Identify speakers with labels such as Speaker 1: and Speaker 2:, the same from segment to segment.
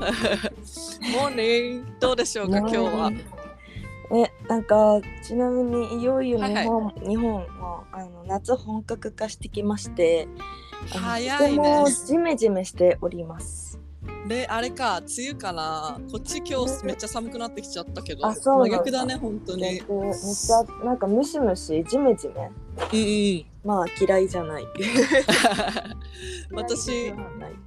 Speaker 1: モーニングどうでしょうか今日は。
Speaker 2: ね、なんかちなみにいよいよ
Speaker 1: はい
Speaker 2: 日
Speaker 1: はい
Speaker 2: 本,、日本はあの夏本格化してきましてあの
Speaker 1: 早い
Speaker 2: とて
Speaker 1: ね
Speaker 2: も。ジメジメしております。
Speaker 1: であれか梅雨かな。こっち今日めっちゃ寒くなってきちゃったけど。
Speaker 2: あそ
Speaker 1: 真
Speaker 2: うなんだ
Speaker 1: 逆だね本当に。
Speaker 2: 逆めっちゃなんかムシムシジメジメ
Speaker 1: うん
Speaker 2: まあ嫌いじゃない。
Speaker 1: うん。 私。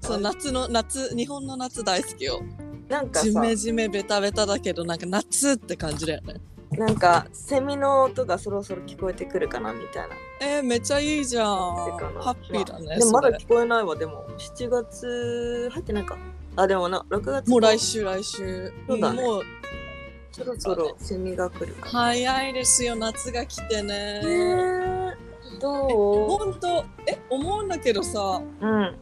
Speaker 1: そう夏の夏日本の夏大好きよ。
Speaker 2: なんか
Speaker 1: ジ
Speaker 2: さ
Speaker 1: メジメベタベタだけどなんか夏って感じだよね。
Speaker 2: なんかセミの音がそろそろ聞こえてくるかなみたいな。
Speaker 1: えー、めっちゃいいじゃん。
Speaker 2: ってかな
Speaker 1: ハッピーだね。
Speaker 2: でもまだ
Speaker 1: それ
Speaker 2: 聞こえないわでも7月入ってないか。あでもな6月
Speaker 1: もう来週来週。
Speaker 2: そうだね
Speaker 1: もう
Speaker 2: そろそろセミが来るか
Speaker 1: 早いですよ夏が来てね。
Speaker 2: ら。ねえどう？
Speaker 1: 本当え思うんだけどさ
Speaker 2: うん。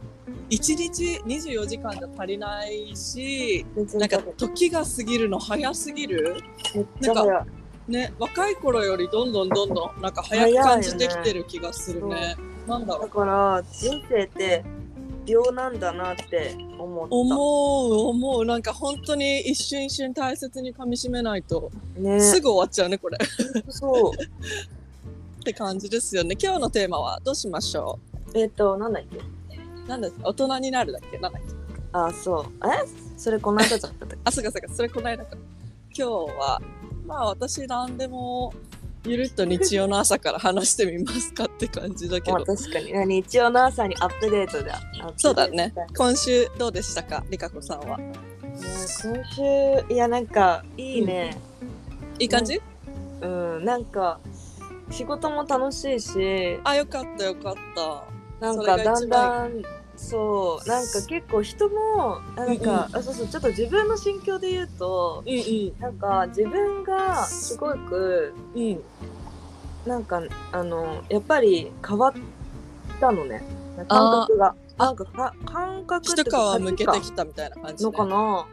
Speaker 1: 1日24時間じゃ足りないし
Speaker 2: 別
Speaker 1: な
Speaker 2: に
Speaker 1: んか時が過ぎるの早すぎる
Speaker 2: めっちゃ早い。
Speaker 1: ね若い頃よりどんどんどんどんなんか早く感じてきてる気がするねなんだろ
Speaker 2: だ
Speaker 1: う
Speaker 2: から人生って秒なんだなって思った。
Speaker 1: 思う思うなんか本当に一瞬一瞬大切にかみしめないと
Speaker 2: ね。
Speaker 1: すぐ終わっちゃうねこれ
Speaker 2: そう。
Speaker 1: って感じですよね今日のテーマはどうしましょ
Speaker 2: えっとなんだっけ？
Speaker 1: うなんだっけ大人になるだっけなんだっけ
Speaker 2: あそう。え？それこの間じゃったっけ
Speaker 1: あそうかそうかそれこないだか今日はまあ私何でもゆるっと日曜の朝から話してみますかって感じだけ
Speaker 2: まあ
Speaker 1: ど
Speaker 2: 確かに。ね日曜の朝にアップデートで。アップデート
Speaker 1: そうだね今週どうでしたかりかこさんは
Speaker 2: ね今週いやなんかいいね。
Speaker 1: いい感じ、
Speaker 2: うん、なんか仕事も楽しいし、
Speaker 1: あよかったよかった
Speaker 2: なんか
Speaker 1: それが
Speaker 2: だ
Speaker 1: 一
Speaker 2: ん
Speaker 1: 番
Speaker 2: だんそうなんか結構人もなんか、あそうそうちょっと自分の心境で言うと
Speaker 1: うんうん
Speaker 2: なんか自分がすごく
Speaker 1: うん
Speaker 2: なんかあのやっぱり変わったのね感覚がなんかか感覚
Speaker 1: 一皮むけて
Speaker 2: き
Speaker 1: きたみたいな感じ、ね
Speaker 2: の、かな。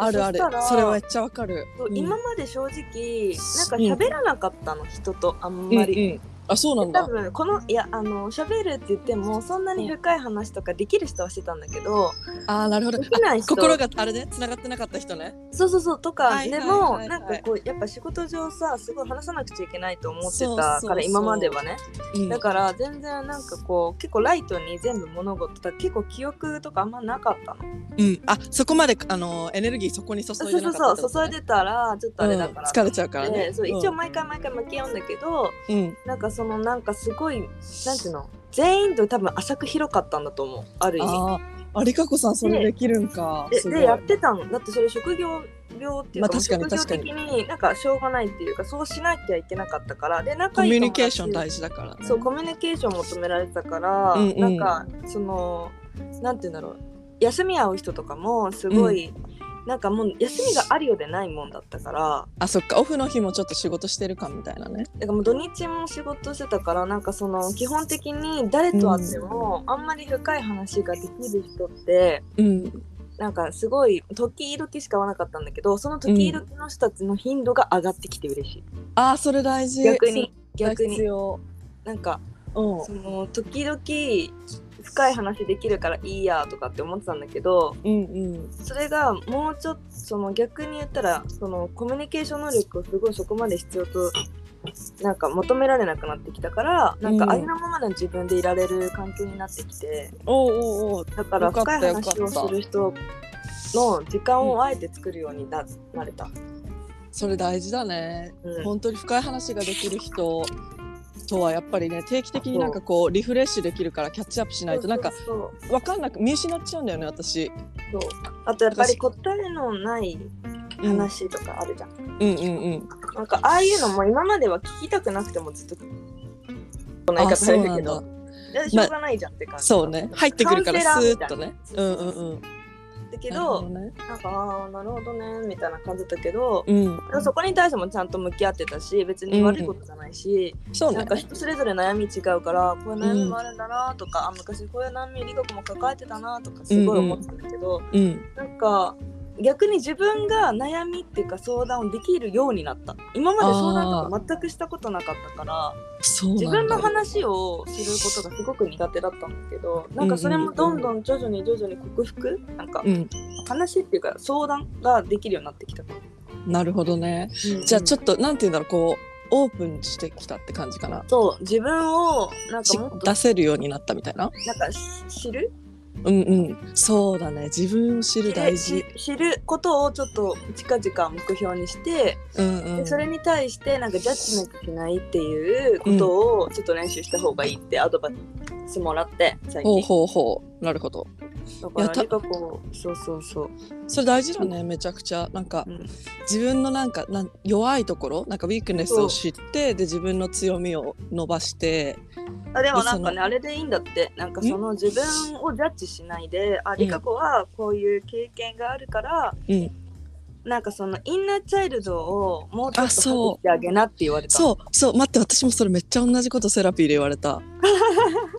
Speaker 1: あるある
Speaker 2: そしたら
Speaker 1: それめっちゃわかる
Speaker 2: そう
Speaker 1: うん
Speaker 2: 今まで正直なんか喋らなかったの、人とあんまり、
Speaker 1: うんうんあそうなん
Speaker 2: 多
Speaker 1: だ
Speaker 2: 分このいやあの喋るって言ってもそんなに深い話とかできる人はしてたんだけど
Speaker 1: あーなるほど
Speaker 2: できない
Speaker 1: あ
Speaker 2: 人
Speaker 1: 心があれね繋がってなかった人ね
Speaker 2: そうそうそうと
Speaker 1: は
Speaker 2: か
Speaker 1: い
Speaker 2: で
Speaker 1: はい
Speaker 2: も
Speaker 1: はいはい
Speaker 2: なんかこうやっぱ仕事上さすごい話さなくちゃいけないと思って
Speaker 1: そう
Speaker 2: た
Speaker 1: そうそ
Speaker 2: か
Speaker 1: う
Speaker 2: ら今まではね
Speaker 1: うん
Speaker 2: だから全然なんかこう結構ライトに全部物事だから結構記憶とかあんまなかったの
Speaker 1: うんあそこまであのエネルギーそこに注い
Speaker 2: そう
Speaker 1: で
Speaker 2: そ
Speaker 1: な
Speaker 2: う
Speaker 1: か
Speaker 2: そ
Speaker 1: っ
Speaker 2: う
Speaker 1: たってことね
Speaker 2: 注いでたらちょっとあれだから
Speaker 1: うん、疲れちゃうからね
Speaker 2: でそう一応
Speaker 1: ん
Speaker 2: 毎回毎回向き合うんだけど
Speaker 1: うん
Speaker 2: なんかそのなんかすごいなんていうの全員と多分浅く広かったんだと思うある意味。
Speaker 1: ああありかこさんそれできるんか
Speaker 2: です
Speaker 1: ごい
Speaker 2: でやってたのだってそれ職業病っていう
Speaker 1: まあ
Speaker 2: か,、
Speaker 1: 確かに
Speaker 2: 職業的になんかしょうがないっていうかそうしなきゃいけなかったからで
Speaker 1: コ
Speaker 2: 仲いい
Speaker 1: ミュ
Speaker 2: 友
Speaker 1: ニ
Speaker 2: 達
Speaker 1: ケーション大事だからね
Speaker 2: そうコミュニケーション求められてたから、
Speaker 1: うんうん
Speaker 2: なんかそのなんて言うんだろう休み合う人とかもすごい、なんかもう休みがあるようでないもんだったから
Speaker 1: あそっかオフの日もちょっと仕事してるかみたいなね
Speaker 2: だからもう土日も仕事してたからなんかその基本的に誰と会っても、あんまり深い話ができる人って
Speaker 1: うん
Speaker 2: なんかすごい時々しか会わなかったんだけどその時々の人たちの頻度が上がってきて嬉しい、
Speaker 1: あそれ大事
Speaker 2: 逆に
Speaker 1: それ
Speaker 2: 逆
Speaker 1: 必
Speaker 2: に
Speaker 1: 要
Speaker 2: なんか
Speaker 1: うん
Speaker 2: その時々深い話できるからいいやとかって思ってたんだけど
Speaker 1: うんうん
Speaker 2: それがもうちょっとその逆に言ったらそのコミュニケーション能力をすごいそこまで必要となんか求められなくなってきたからなん
Speaker 1: う
Speaker 2: か
Speaker 1: ん
Speaker 2: ありのままの自分でいられる環境になってきて
Speaker 1: おうおうおう
Speaker 2: だから
Speaker 1: よかった
Speaker 2: 深い話を
Speaker 1: よかった
Speaker 2: する人の時間をあえて作るようにななれた。
Speaker 1: それ大事だね
Speaker 2: うん
Speaker 1: 本当に深い話ができる人とはやっぱりね定期的になんかこうリフレッシュできるからキャッチアップしないとなんか
Speaker 2: そうそう
Speaker 1: わかんなく見失っちゃうんだよね私
Speaker 2: そうそうあとやっぱり答えのない
Speaker 1: うん
Speaker 2: 話とかあるじゃん、
Speaker 1: うんうんうん
Speaker 2: なんかああいうのも今までは聞きたくなくてもずっとこんな言い
Speaker 1: あ
Speaker 2: 方さ
Speaker 1: そう
Speaker 2: れる
Speaker 1: な
Speaker 2: け
Speaker 1: んだ
Speaker 2: どいやしょうがないじゃんって感じ、
Speaker 1: そうね入ってくるから
Speaker 2: カウン
Speaker 1: ス
Speaker 2: セ
Speaker 1: ー
Speaker 2: ラみた
Speaker 1: ッ
Speaker 2: い
Speaker 1: と
Speaker 2: な
Speaker 1: ねうんうんうん
Speaker 2: だけ
Speaker 1: なるほ
Speaker 2: ど
Speaker 1: どね
Speaker 2: なんかああなるほどねみたいな感じだったけど、
Speaker 1: うん
Speaker 2: でもそこに対してもちゃんと向き合ってたし別に悪いことじゃないし、
Speaker 1: そう
Speaker 2: な
Speaker 1: ね
Speaker 2: んか人それぞれ悩み違うからこういう悩みもあるんだなとか、あ昔こういう悩み理学も抱えてたなとかすごい思ってたんだけど、
Speaker 1: うん
Speaker 2: なんか逆に自分が悩みっていうか相談をできるようになった今まで相談とか全くしたことなかったから
Speaker 1: そう
Speaker 2: 自
Speaker 1: な
Speaker 2: 分
Speaker 1: んだ
Speaker 2: の話をすることがすごく苦手だったんだけどなんかそれもどんどん徐々に徐々に克服なんか
Speaker 1: うん
Speaker 2: 話っていうか相談ができるようになってきた、
Speaker 1: なるほどね。じゃあちょっと、なんて言うんだろう、こう、オープンしてきたって感じかな。
Speaker 2: と自分をなん
Speaker 1: し
Speaker 2: かもっと
Speaker 1: 出せるようになったみたいな。
Speaker 2: なんかし知る
Speaker 1: うんうん。そうだね。自分を知る大事。
Speaker 2: 知知ることをちょっと近々目標にして、
Speaker 1: うんう
Speaker 2: で
Speaker 1: ん。
Speaker 2: それに対してなんかジャッジなきゃいけないっていうことをちょっと練習した方がいいってアドバイスもらって最
Speaker 1: ほう
Speaker 2: 近
Speaker 1: ほうほう。なるほど。
Speaker 2: だから
Speaker 1: いやた
Speaker 2: なんかこうそうそうそう
Speaker 1: それ大事だね。めちゃくちゃ。なんか、
Speaker 2: うん
Speaker 1: 自分のなんかなん弱いところ、なんかウィークネスを知って、で、自分の強みを伸ばして。
Speaker 2: あでもなん
Speaker 1: で
Speaker 2: か
Speaker 1: そ
Speaker 2: ね
Speaker 1: の
Speaker 2: あれでいいんだってなんかその自分をジャッジしないであ
Speaker 1: ん
Speaker 2: リカ子はこういう経験があるから、
Speaker 1: うん
Speaker 2: なんかそのインナーチャイルドをもうちょっ
Speaker 1: あ
Speaker 2: と
Speaker 1: そう
Speaker 2: 外してあげなって言われた
Speaker 1: そうそう待って私もそれめっちゃ同じことセラピーで言われ た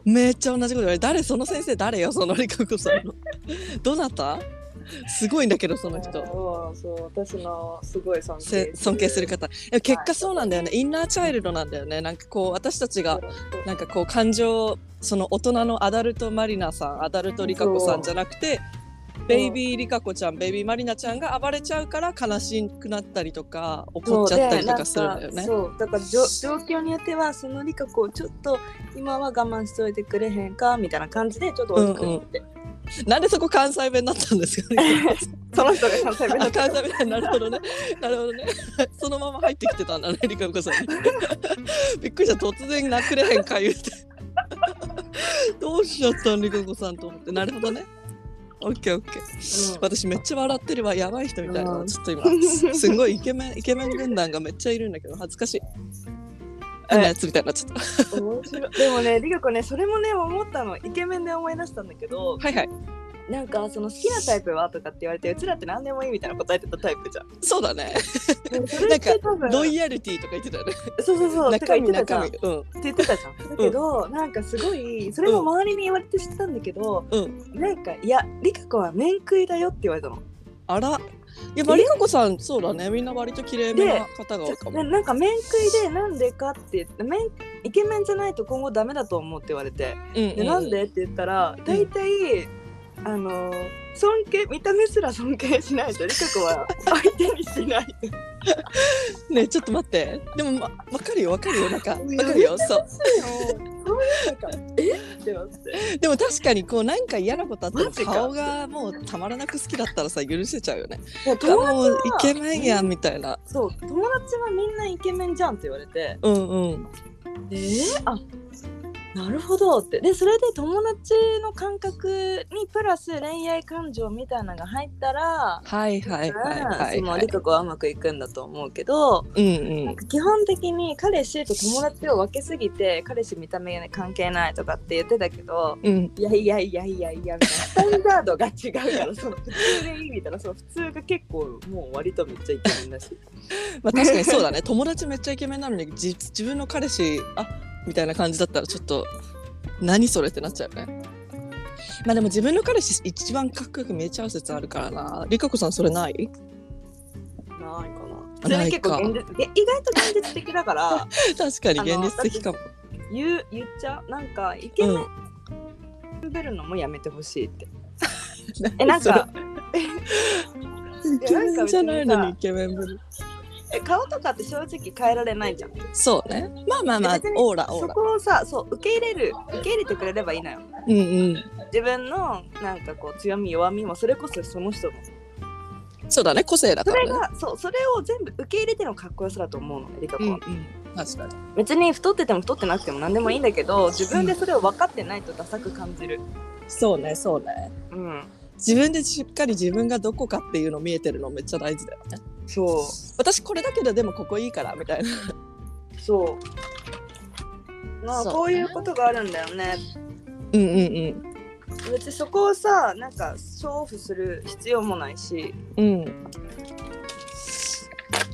Speaker 1: めっちゃ同じこと言われた誰その先生誰よそのりかこさんのどなたすごいんだけどその人
Speaker 2: 人そう私のすごい尊
Speaker 1: せ
Speaker 2: 敬
Speaker 1: 尊敬する方え結
Speaker 2: は
Speaker 1: 果
Speaker 2: い
Speaker 1: そうなんだよねインナーチャイルドなんだよねなんかこう私たち
Speaker 2: が
Speaker 1: がなんかこう感情その大人のアダルトマリナさんアダルトリカコさんじゃなくてベイビーリカコちゃんベイビーマリナちゃんが暴れちゃうから悲しくなったりとか怒っちゃったりとかするんだよね
Speaker 2: そうでなんかそうだからじょ状況によってはその理学をちょっと今は我慢しといてくれへんかみたいな感じでちょっと追い込んで、
Speaker 1: なんでそこ関西弁になったんですかね
Speaker 2: その人が関西弁
Speaker 1: あ
Speaker 2: だ
Speaker 1: 関西弁なるほどね。なるほどね。そのまま入ってきてたんだね、リカコさん。びっくりした、突然なくれへんか言うて。どうしちゃったん、リカコさんと思って。なるほどね。オッケーオッケー。私めっちゃ笑ってるわ、やばい人みたいな。
Speaker 2: うん
Speaker 1: ちょっと今、すすんごいイケメン、イケメン軍団がめっちゃいるんだけど、恥ずかしい。あのやつみたいになっちゃった。
Speaker 2: うん、面白いでもね理学子ねそれもね思ったのイケメンで思い出したんだけど
Speaker 1: はいはい。
Speaker 2: なんかその好きなタイプはとかって言われてうちらって何でもいいみたいな答えてたタイプじゃん。
Speaker 1: そうだね。
Speaker 2: でもそれって多分
Speaker 1: ロイヤリティとか言ってたよね。
Speaker 2: そうそうそうとか
Speaker 1: 中
Speaker 2: 言っ
Speaker 1: 身、
Speaker 2: てたじゃん
Speaker 1: 中
Speaker 2: って
Speaker 1: 身。うん。
Speaker 2: 言ってたじゃん。だけど、なんかすごいそれも周りに言われて知ったんだけど、
Speaker 1: う
Speaker 2: なんかいや理香子は面食いだよって言われたの。
Speaker 1: あら。いや、まあ、りかこさん、そうだね。みんな割と綺麗めな方が多いかも。
Speaker 2: ななんか面食いでなんでかって面イケメンじゃないと今後ダメだと思うって言われて
Speaker 1: うんう
Speaker 2: でなんでって言ったら大体、あのー尊敬見た目すら尊敬しないと理香子 は相手にしない
Speaker 1: ねえちょっと待って。でも、ま、わかるよ、わかるよ。 なんか、わかるよ。そう。
Speaker 2: そういうなんかえってなって
Speaker 1: でも確かに、こう、なんか嫌なことあっても
Speaker 2: マジか
Speaker 1: 顔がもうたまらなく好きだったらさ、許せちゃうよね。
Speaker 2: いや
Speaker 1: あ
Speaker 2: 友
Speaker 1: もうイ
Speaker 2: 達
Speaker 1: ケ
Speaker 2: は
Speaker 1: メンやん、みたいな。
Speaker 2: そう友達はみんなイケメンじゃんって言われて
Speaker 1: うんうん。
Speaker 2: えー、あなるほどってでそれで友達の感覚にプラス恋愛感情みたいなのが入ったら
Speaker 1: はいはいはいはい、
Speaker 2: その
Speaker 1: は
Speaker 2: リ
Speaker 1: い。
Speaker 2: カ子はうまくいくんだと思うけど、
Speaker 1: うんう
Speaker 2: なん
Speaker 1: ん。
Speaker 2: か基本的に彼氏と友達を分けすぎて彼氏見た目が関係ないとかって言ってたけど
Speaker 1: うん、
Speaker 2: いやいやいやいやいやみたいなスタンダードが違うからその普通でいいみたいなその普通が結構もう割とめっちゃイケメンだし
Speaker 1: まあ確かにそうだね友達めっちゃイケメンなのにじ自分の彼氏あみたいな感じだったらちょっと何それってなっちゃうよねまあでも自分の彼氏一番かっこよく見えちゃう説あるからなりかこさんそれない
Speaker 2: ないかなそ
Speaker 1: な
Speaker 2: れ
Speaker 1: い
Speaker 2: 結
Speaker 1: か
Speaker 2: 構現実で意外と現実的だから
Speaker 1: 確かに現実的かも
Speaker 2: 言う言っちゃうなんかイケ
Speaker 1: う
Speaker 2: メ
Speaker 1: ん
Speaker 2: ンべるのもやめてほしい ってえ
Speaker 1: え
Speaker 2: なんか
Speaker 1: イケメンじゃないのにイケメンぶり
Speaker 2: え顔とかって正直変えられないじゃん
Speaker 1: そうねまあまあまあ
Speaker 2: 別に
Speaker 1: オーラオー
Speaker 2: そ
Speaker 1: ラ
Speaker 2: こをさそう受け入れる受け入れてくれればいいのよ
Speaker 1: うんうん
Speaker 2: 自分のなんかこう強み弱みもそれこそその人も
Speaker 1: そうだね個性だ
Speaker 2: そ
Speaker 1: か
Speaker 2: れ
Speaker 1: らね
Speaker 2: がそうそれを全部受け入れてのかっこよさだと思うのリカ
Speaker 1: う
Speaker 2: 子
Speaker 1: んう
Speaker 2: は、
Speaker 1: ん確かに
Speaker 2: 別に太ってても太ってなくても何でもいいんだけど自分でそれを分かってないとダサく感じる
Speaker 1: そうねそうね
Speaker 2: うん
Speaker 1: 自分でしっかり自分がどこかっていうの見えてるのめっちゃ大事だよね
Speaker 2: そ
Speaker 1: 私これだけどでもここいいからみたいな
Speaker 2: うそうまあ
Speaker 1: そう
Speaker 2: こういうことがあるんだよね
Speaker 1: うんうんうん
Speaker 2: 別にそこをさなんかショーオフする必要もないし
Speaker 1: うん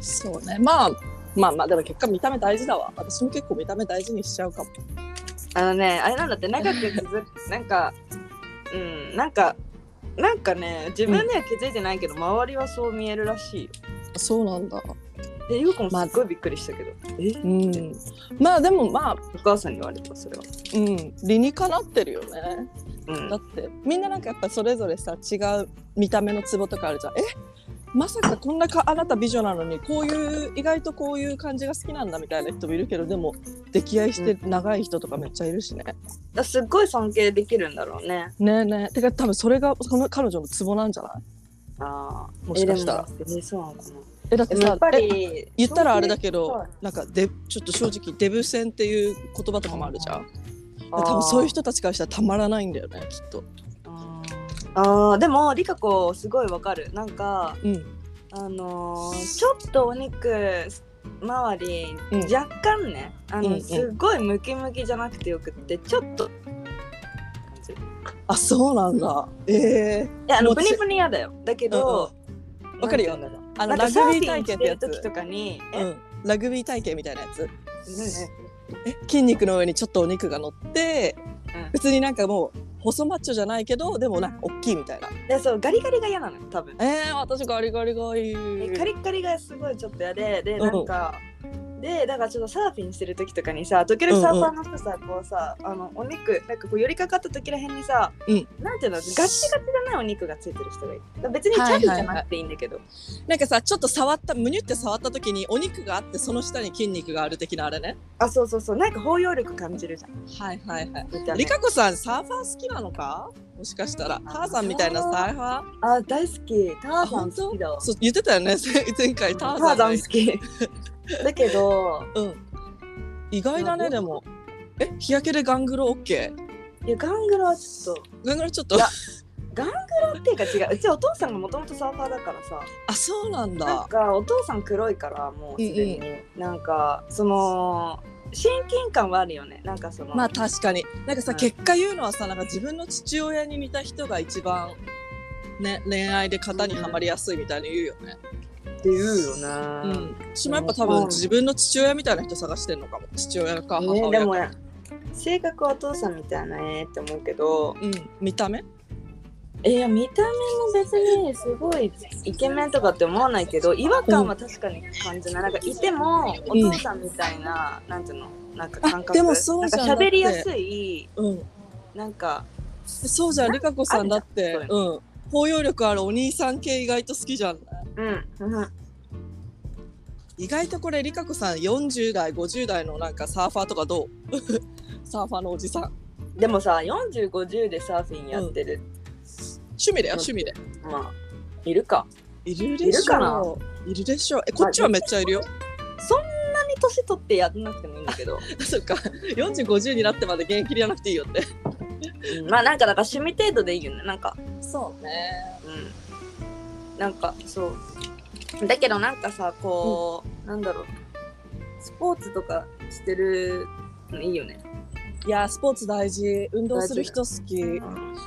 Speaker 1: そうねまあまあまあでも結果見た目大事だわ私も結構見た目大事にしちゃうかも
Speaker 2: あのねあれなんだって長く続くなんかうんなんかなんかね自分では気づいてないけど、周りはそう見えるらしいよ
Speaker 1: そうなんだ
Speaker 2: でゆうこもす
Speaker 1: まあ
Speaker 2: っごいびっくりしたけど、
Speaker 1: う
Speaker 2: え
Speaker 1: んまあでもまあ
Speaker 2: お母さんに言われたそれは
Speaker 1: うん理にかなってるよね
Speaker 2: うん
Speaker 1: だってみんななんかやっぱそれぞれさ違う見た目のツボとかあるじゃんえまさかこんなかあなた美女なのにこういう意外とこういう感じが好きなんだみたいな人もいるけどでも溺愛して長い人とかめっちゃいるしね。
Speaker 2: だすっごい尊敬できるんだろうね。
Speaker 1: ねえねえてか多分それがこの彼女のツボなんじゃない
Speaker 2: ああ、
Speaker 1: もしかしたら。
Speaker 2: えでもえそうなのかな。
Speaker 1: えだって
Speaker 2: でもや
Speaker 1: さ
Speaker 2: っぱ
Speaker 1: え
Speaker 2: り
Speaker 1: 言ったらあれだけ
Speaker 2: 尊
Speaker 1: ど
Speaker 2: 敬
Speaker 1: なんかでちょっと正直デブ戦っていう言葉とかもあるじゃん。
Speaker 2: あー
Speaker 1: 多分そういう人たちからしたらたまらないんだよねきっと。
Speaker 2: あーあーでもリカ子すごいわかるなんか
Speaker 1: うん
Speaker 2: あのーちょっとお肉周り、
Speaker 1: うん
Speaker 2: 若干ねあの、
Speaker 1: うんうん
Speaker 2: すごいムキムキじゃなくてよくってちょっと感じい
Speaker 1: あそうなんだ。ええ
Speaker 2: やあ
Speaker 1: も
Speaker 2: の
Speaker 1: う
Speaker 2: プニプニ嫌だよだけど、
Speaker 1: ー、わかるよ。あ
Speaker 2: な
Speaker 1: の
Speaker 2: んか
Speaker 1: ラ
Speaker 2: サー
Speaker 1: グ
Speaker 2: フ
Speaker 1: ビー
Speaker 2: ィ
Speaker 1: 体
Speaker 2: ン
Speaker 1: 験っ
Speaker 2: し
Speaker 1: て
Speaker 2: て
Speaker 1: や
Speaker 2: る時
Speaker 1: つ。
Speaker 2: とかに、
Speaker 1: う
Speaker 2: え
Speaker 1: ん、ラグビー体型みたいなやつ
Speaker 2: 何
Speaker 1: 筋肉の上にちょっとお肉が乗って、
Speaker 2: うん
Speaker 1: 別になんかもう細マッチョじゃないけどでもなんか大きいみたいな
Speaker 2: でそうガリガリが嫌なのよ多分
Speaker 1: えー、私ガリガリがいい
Speaker 2: えカリッカリがすごいちょっと嫌でで
Speaker 1: うん
Speaker 2: なんか、でだからちょっとサーフィンしてる時とかにさ時々サーファーの人さ、こうさあのお肉なんかこう寄りかかった時らへんにさ、
Speaker 1: うん
Speaker 2: なんていうのガチガチじゃないお肉がついてる人がいるだから別にチャリじゃなくていいんだけど、
Speaker 1: なんかさちょっと触ったむにゅって触った時にお肉があってその下に筋肉がある的なあれね
Speaker 2: あそうそうそうなんか包容力感じるじゃん
Speaker 1: はいはいはい
Speaker 2: みたい
Speaker 1: り
Speaker 2: な
Speaker 1: かこさんサーファー好きなのかもしかしたらターザンみたいなサーファー
Speaker 2: あ大好きターザン好きだわ
Speaker 1: そう言ってたよね 前回タ
Speaker 2: タ
Speaker 1: ー
Speaker 2: ー
Speaker 1: ザ
Speaker 2: ザ
Speaker 1: ン
Speaker 2: ン
Speaker 1: が
Speaker 2: 好きだけど
Speaker 1: うん意外だ
Speaker 2: い
Speaker 1: ね
Speaker 2: や
Speaker 1: でもえ日焼けでガングロ OK
Speaker 2: いやガングロはちょっと
Speaker 1: ガングロちょっと
Speaker 2: いやっていうか違ううちお父さんがもともとサーファーだからさ
Speaker 1: あそうなんだ
Speaker 2: なんかお父さん黒いからもうすでに、
Speaker 1: う
Speaker 2: なんかその親近感はあるよねなんかその、
Speaker 1: まあ確かになんかさ、
Speaker 2: うん
Speaker 1: 結果言うのはさなんか自分の父親に似た人が一番、ね、恋愛で型にはまりやすいみたいに言うよね、
Speaker 2: って言うよね、
Speaker 1: うん私もやっぱ多分自分の父親みたいな人探してんのかも父親か母
Speaker 2: ね、
Speaker 1: 親
Speaker 2: で
Speaker 1: か、
Speaker 2: もや性格はお父さんみたいなえーって思うけど
Speaker 1: うん、見た目
Speaker 2: えいや見た目も別にすごいイケメンとかって思わないけど違和感は確かに感じない、なんかいてもお
Speaker 1: うん
Speaker 2: 父さんみたいな、なんていうのなんか感
Speaker 1: あ
Speaker 2: 覚
Speaker 1: でもそうじゃん
Speaker 2: なんか喋りやすい
Speaker 1: うん
Speaker 2: なんか
Speaker 1: そうじゃんりかこさんだって
Speaker 2: あるじゃん
Speaker 1: うん包容力あるお兄さん系意外と好きじゃん
Speaker 2: うんうん
Speaker 1: 意外とこれりかこさん40代50代のなんかサーファーとかどう サーファーのおじさん
Speaker 2: でもさ4050でサーフィンやってる、
Speaker 1: 趣味だよ趣味で
Speaker 2: まあいるか
Speaker 1: いるでしょ
Speaker 2: いるかない
Speaker 1: るでしょうえこっちはめっちゃいるよ
Speaker 2: そんなに年取ってやんなくてもいいんだけど
Speaker 1: そっか4050になってまで現役でやらなくていいよって
Speaker 2: うんまあなんかだから趣味程度でいいよねなんか
Speaker 1: そうね
Speaker 2: うんなんかそうだけどなんかさこう、なんだろうスポーツとかしてるのいいよね、
Speaker 1: いやスポーツ大事運動する人好き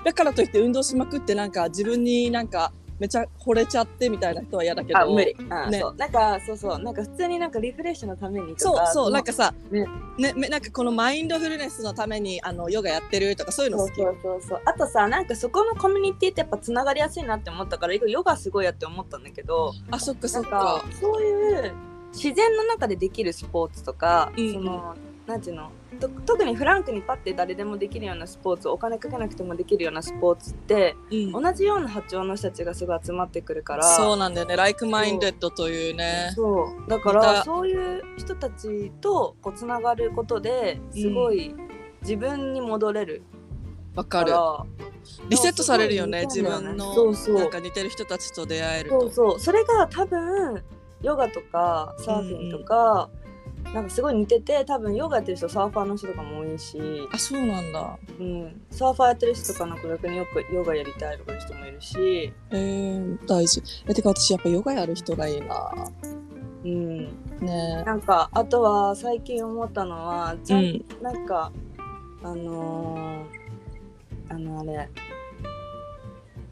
Speaker 1: だからといって運動しまくってなんか自分になんかめちゃ惚れちゃってみたいな人は嫌だけど
Speaker 2: あ無理、うん
Speaker 1: ね
Speaker 2: そうなんかそうそうなんか普通になんかリフレッシュのためにとか
Speaker 1: そうそうなん
Speaker 2: か
Speaker 1: かさ
Speaker 2: ね
Speaker 1: ねめなんかこのマインドフルネスのためにあのヨガやってるとかそういうの
Speaker 2: そ
Speaker 1: 好
Speaker 2: う
Speaker 1: き
Speaker 2: そうそうそうあとさなんかそこのコミュニティってやっぱつながりやすいなって思ったからヨガすごいやって思ったんだけど
Speaker 1: あそっか
Speaker 2: な
Speaker 1: そ
Speaker 2: ん
Speaker 1: っ
Speaker 2: か
Speaker 1: か
Speaker 2: そういう自然の中でできるスポーツとか、
Speaker 1: うんうん
Speaker 2: そのなんていうのと特にフランクにパッて誰でもできるようなスポーツお金かけなくてもできるようなスポーツって
Speaker 1: うん
Speaker 2: 同じような波長の人たちがすごい集まってくるから
Speaker 1: そうなんだよねライクマインデッドというね
Speaker 2: そうだか
Speaker 1: ま
Speaker 2: ら
Speaker 1: た
Speaker 2: そういう人たちとこうつながることですごい自分に戻れる
Speaker 1: わか
Speaker 2: か、
Speaker 1: らるリセットされるよね
Speaker 2: そ
Speaker 1: 自
Speaker 2: うそう
Speaker 1: 分の
Speaker 2: そうそう
Speaker 1: なんか似てる人たちと出会える
Speaker 2: そう
Speaker 1: と
Speaker 2: そうそれが多分ヨガとかサーフィンとか、なんかすごい似てて多分ヨガやってる人サーファーの人とかも多いし、
Speaker 1: あそうなんだ
Speaker 2: うん、サーファーやってる人とかなんか逆によくヨガやりたいとかいう人もいるし、
Speaker 1: えー、大事えてか私やっぱヨガやる人がいいな
Speaker 2: うん、
Speaker 1: ね
Speaker 2: なんかあとは最近思ったのはち
Speaker 1: えう
Speaker 2: ゃん、
Speaker 1: ん
Speaker 2: なんかあのーあのあれ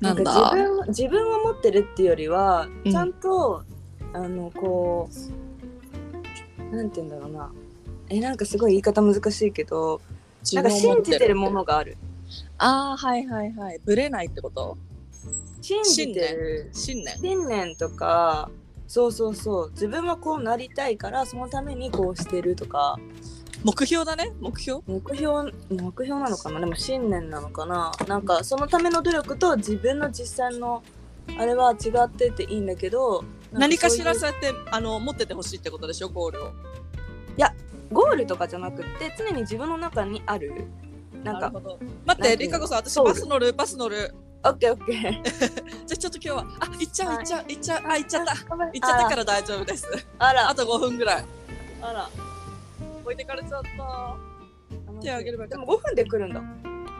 Speaker 1: なん
Speaker 2: か自
Speaker 1: だ
Speaker 2: 分自分を持ってるっていうよりは
Speaker 1: うん
Speaker 2: ちゃんと、あのこうなんて言うんだろうなえなんかすごい言い方難しいけどなんか信じてるものがある
Speaker 1: ああはいはいはいぶれないってこと
Speaker 2: 信じてる
Speaker 1: 信念
Speaker 2: 信念とかそうそうそう自分はこうなりたいからそのためにこうしてるとか
Speaker 1: 目標だね目標
Speaker 2: 目標目標なのかなでも信念なのかななんかそのための努力と自分の実践のあれは違ってていいんだけどなん
Speaker 1: 何か
Speaker 2: そうい
Speaker 1: し
Speaker 2: う
Speaker 1: らそうやってあの持っててほしいってことでしょゴールを
Speaker 2: ゴールとかじゃなくって常に自分の中にあるなん
Speaker 1: な
Speaker 2: か
Speaker 1: るほど待っ
Speaker 2: な
Speaker 1: て
Speaker 2: んて
Speaker 1: り
Speaker 2: いうの
Speaker 1: かこさん私
Speaker 2: ソウル
Speaker 1: バス乗るバス乗る
Speaker 2: オッケーオッケー
Speaker 1: じゃあちょっと今日はあ行っちゃう
Speaker 2: はい
Speaker 1: 行っちゃう行っちゃうあ行っちゃった 行っ
Speaker 2: 行っ
Speaker 1: ちゃったから大丈夫です
Speaker 2: あら
Speaker 1: あと5分ぐらい
Speaker 2: あら
Speaker 1: 置いてかれちゃった手あげればよ
Speaker 2: で
Speaker 1: かっ
Speaker 2: も5分で来るんだ
Speaker 1: た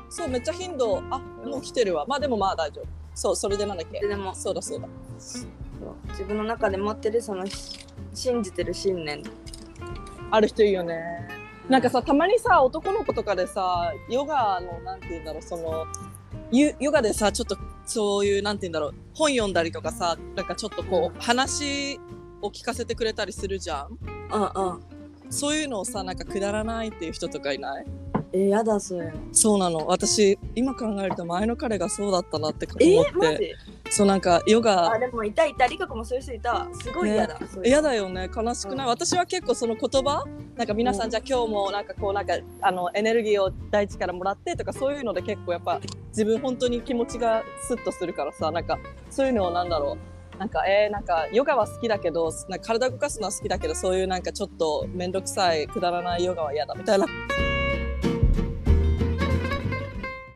Speaker 1: そうめっちゃ頻度あもう来てるわまあでもまあ大丈夫そうそれでなんだっけ
Speaker 2: ででも
Speaker 1: そうだそうだ
Speaker 2: そう自分の中で持ってるそのし信じてる信念
Speaker 1: ある人いいよねなんかさたまにさ男の子とかでさヨガのなんて言うんだろうそのヨヨガでさちょっとそういうなんて言うんだろう本読んだりとかさなんかちょっとこう話を聞かせてくれたりするじゃん
Speaker 2: うんうん
Speaker 1: そういうのをさなんかくだらないっていう人とかいない
Speaker 2: えー、やだそういうの
Speaker 1: そうなの私今考えると前の彼がそうだったなって思って、
Speaker 2: えー、マジ
Speaker 1: そうなんかヨ
Speaker 2: あ
Speaker 1: ガ
Speaker 2: でもいたいたリカ子もそういう人いたわすごい嫌だ、そういう
Speaker 1: 嫌だよね悲しくない、
Speaker 2: うん
Speaker 1: 私は結構その言葉なんか皆さん、
Speaker 2: うん
Speaker 1: じゃあ今日もなんかこうなんかあのエネルギーを大地からもらってとかそういうので結構やっぱ自分本当に気持ちがスッとするからさなんかそういうのをなんだろうなんかえー、なんかヨガは好きだけどなんか体動かすのは好きだけどそういうなんかちょっと面倒くさいくだらないヨガは嫌だみたいな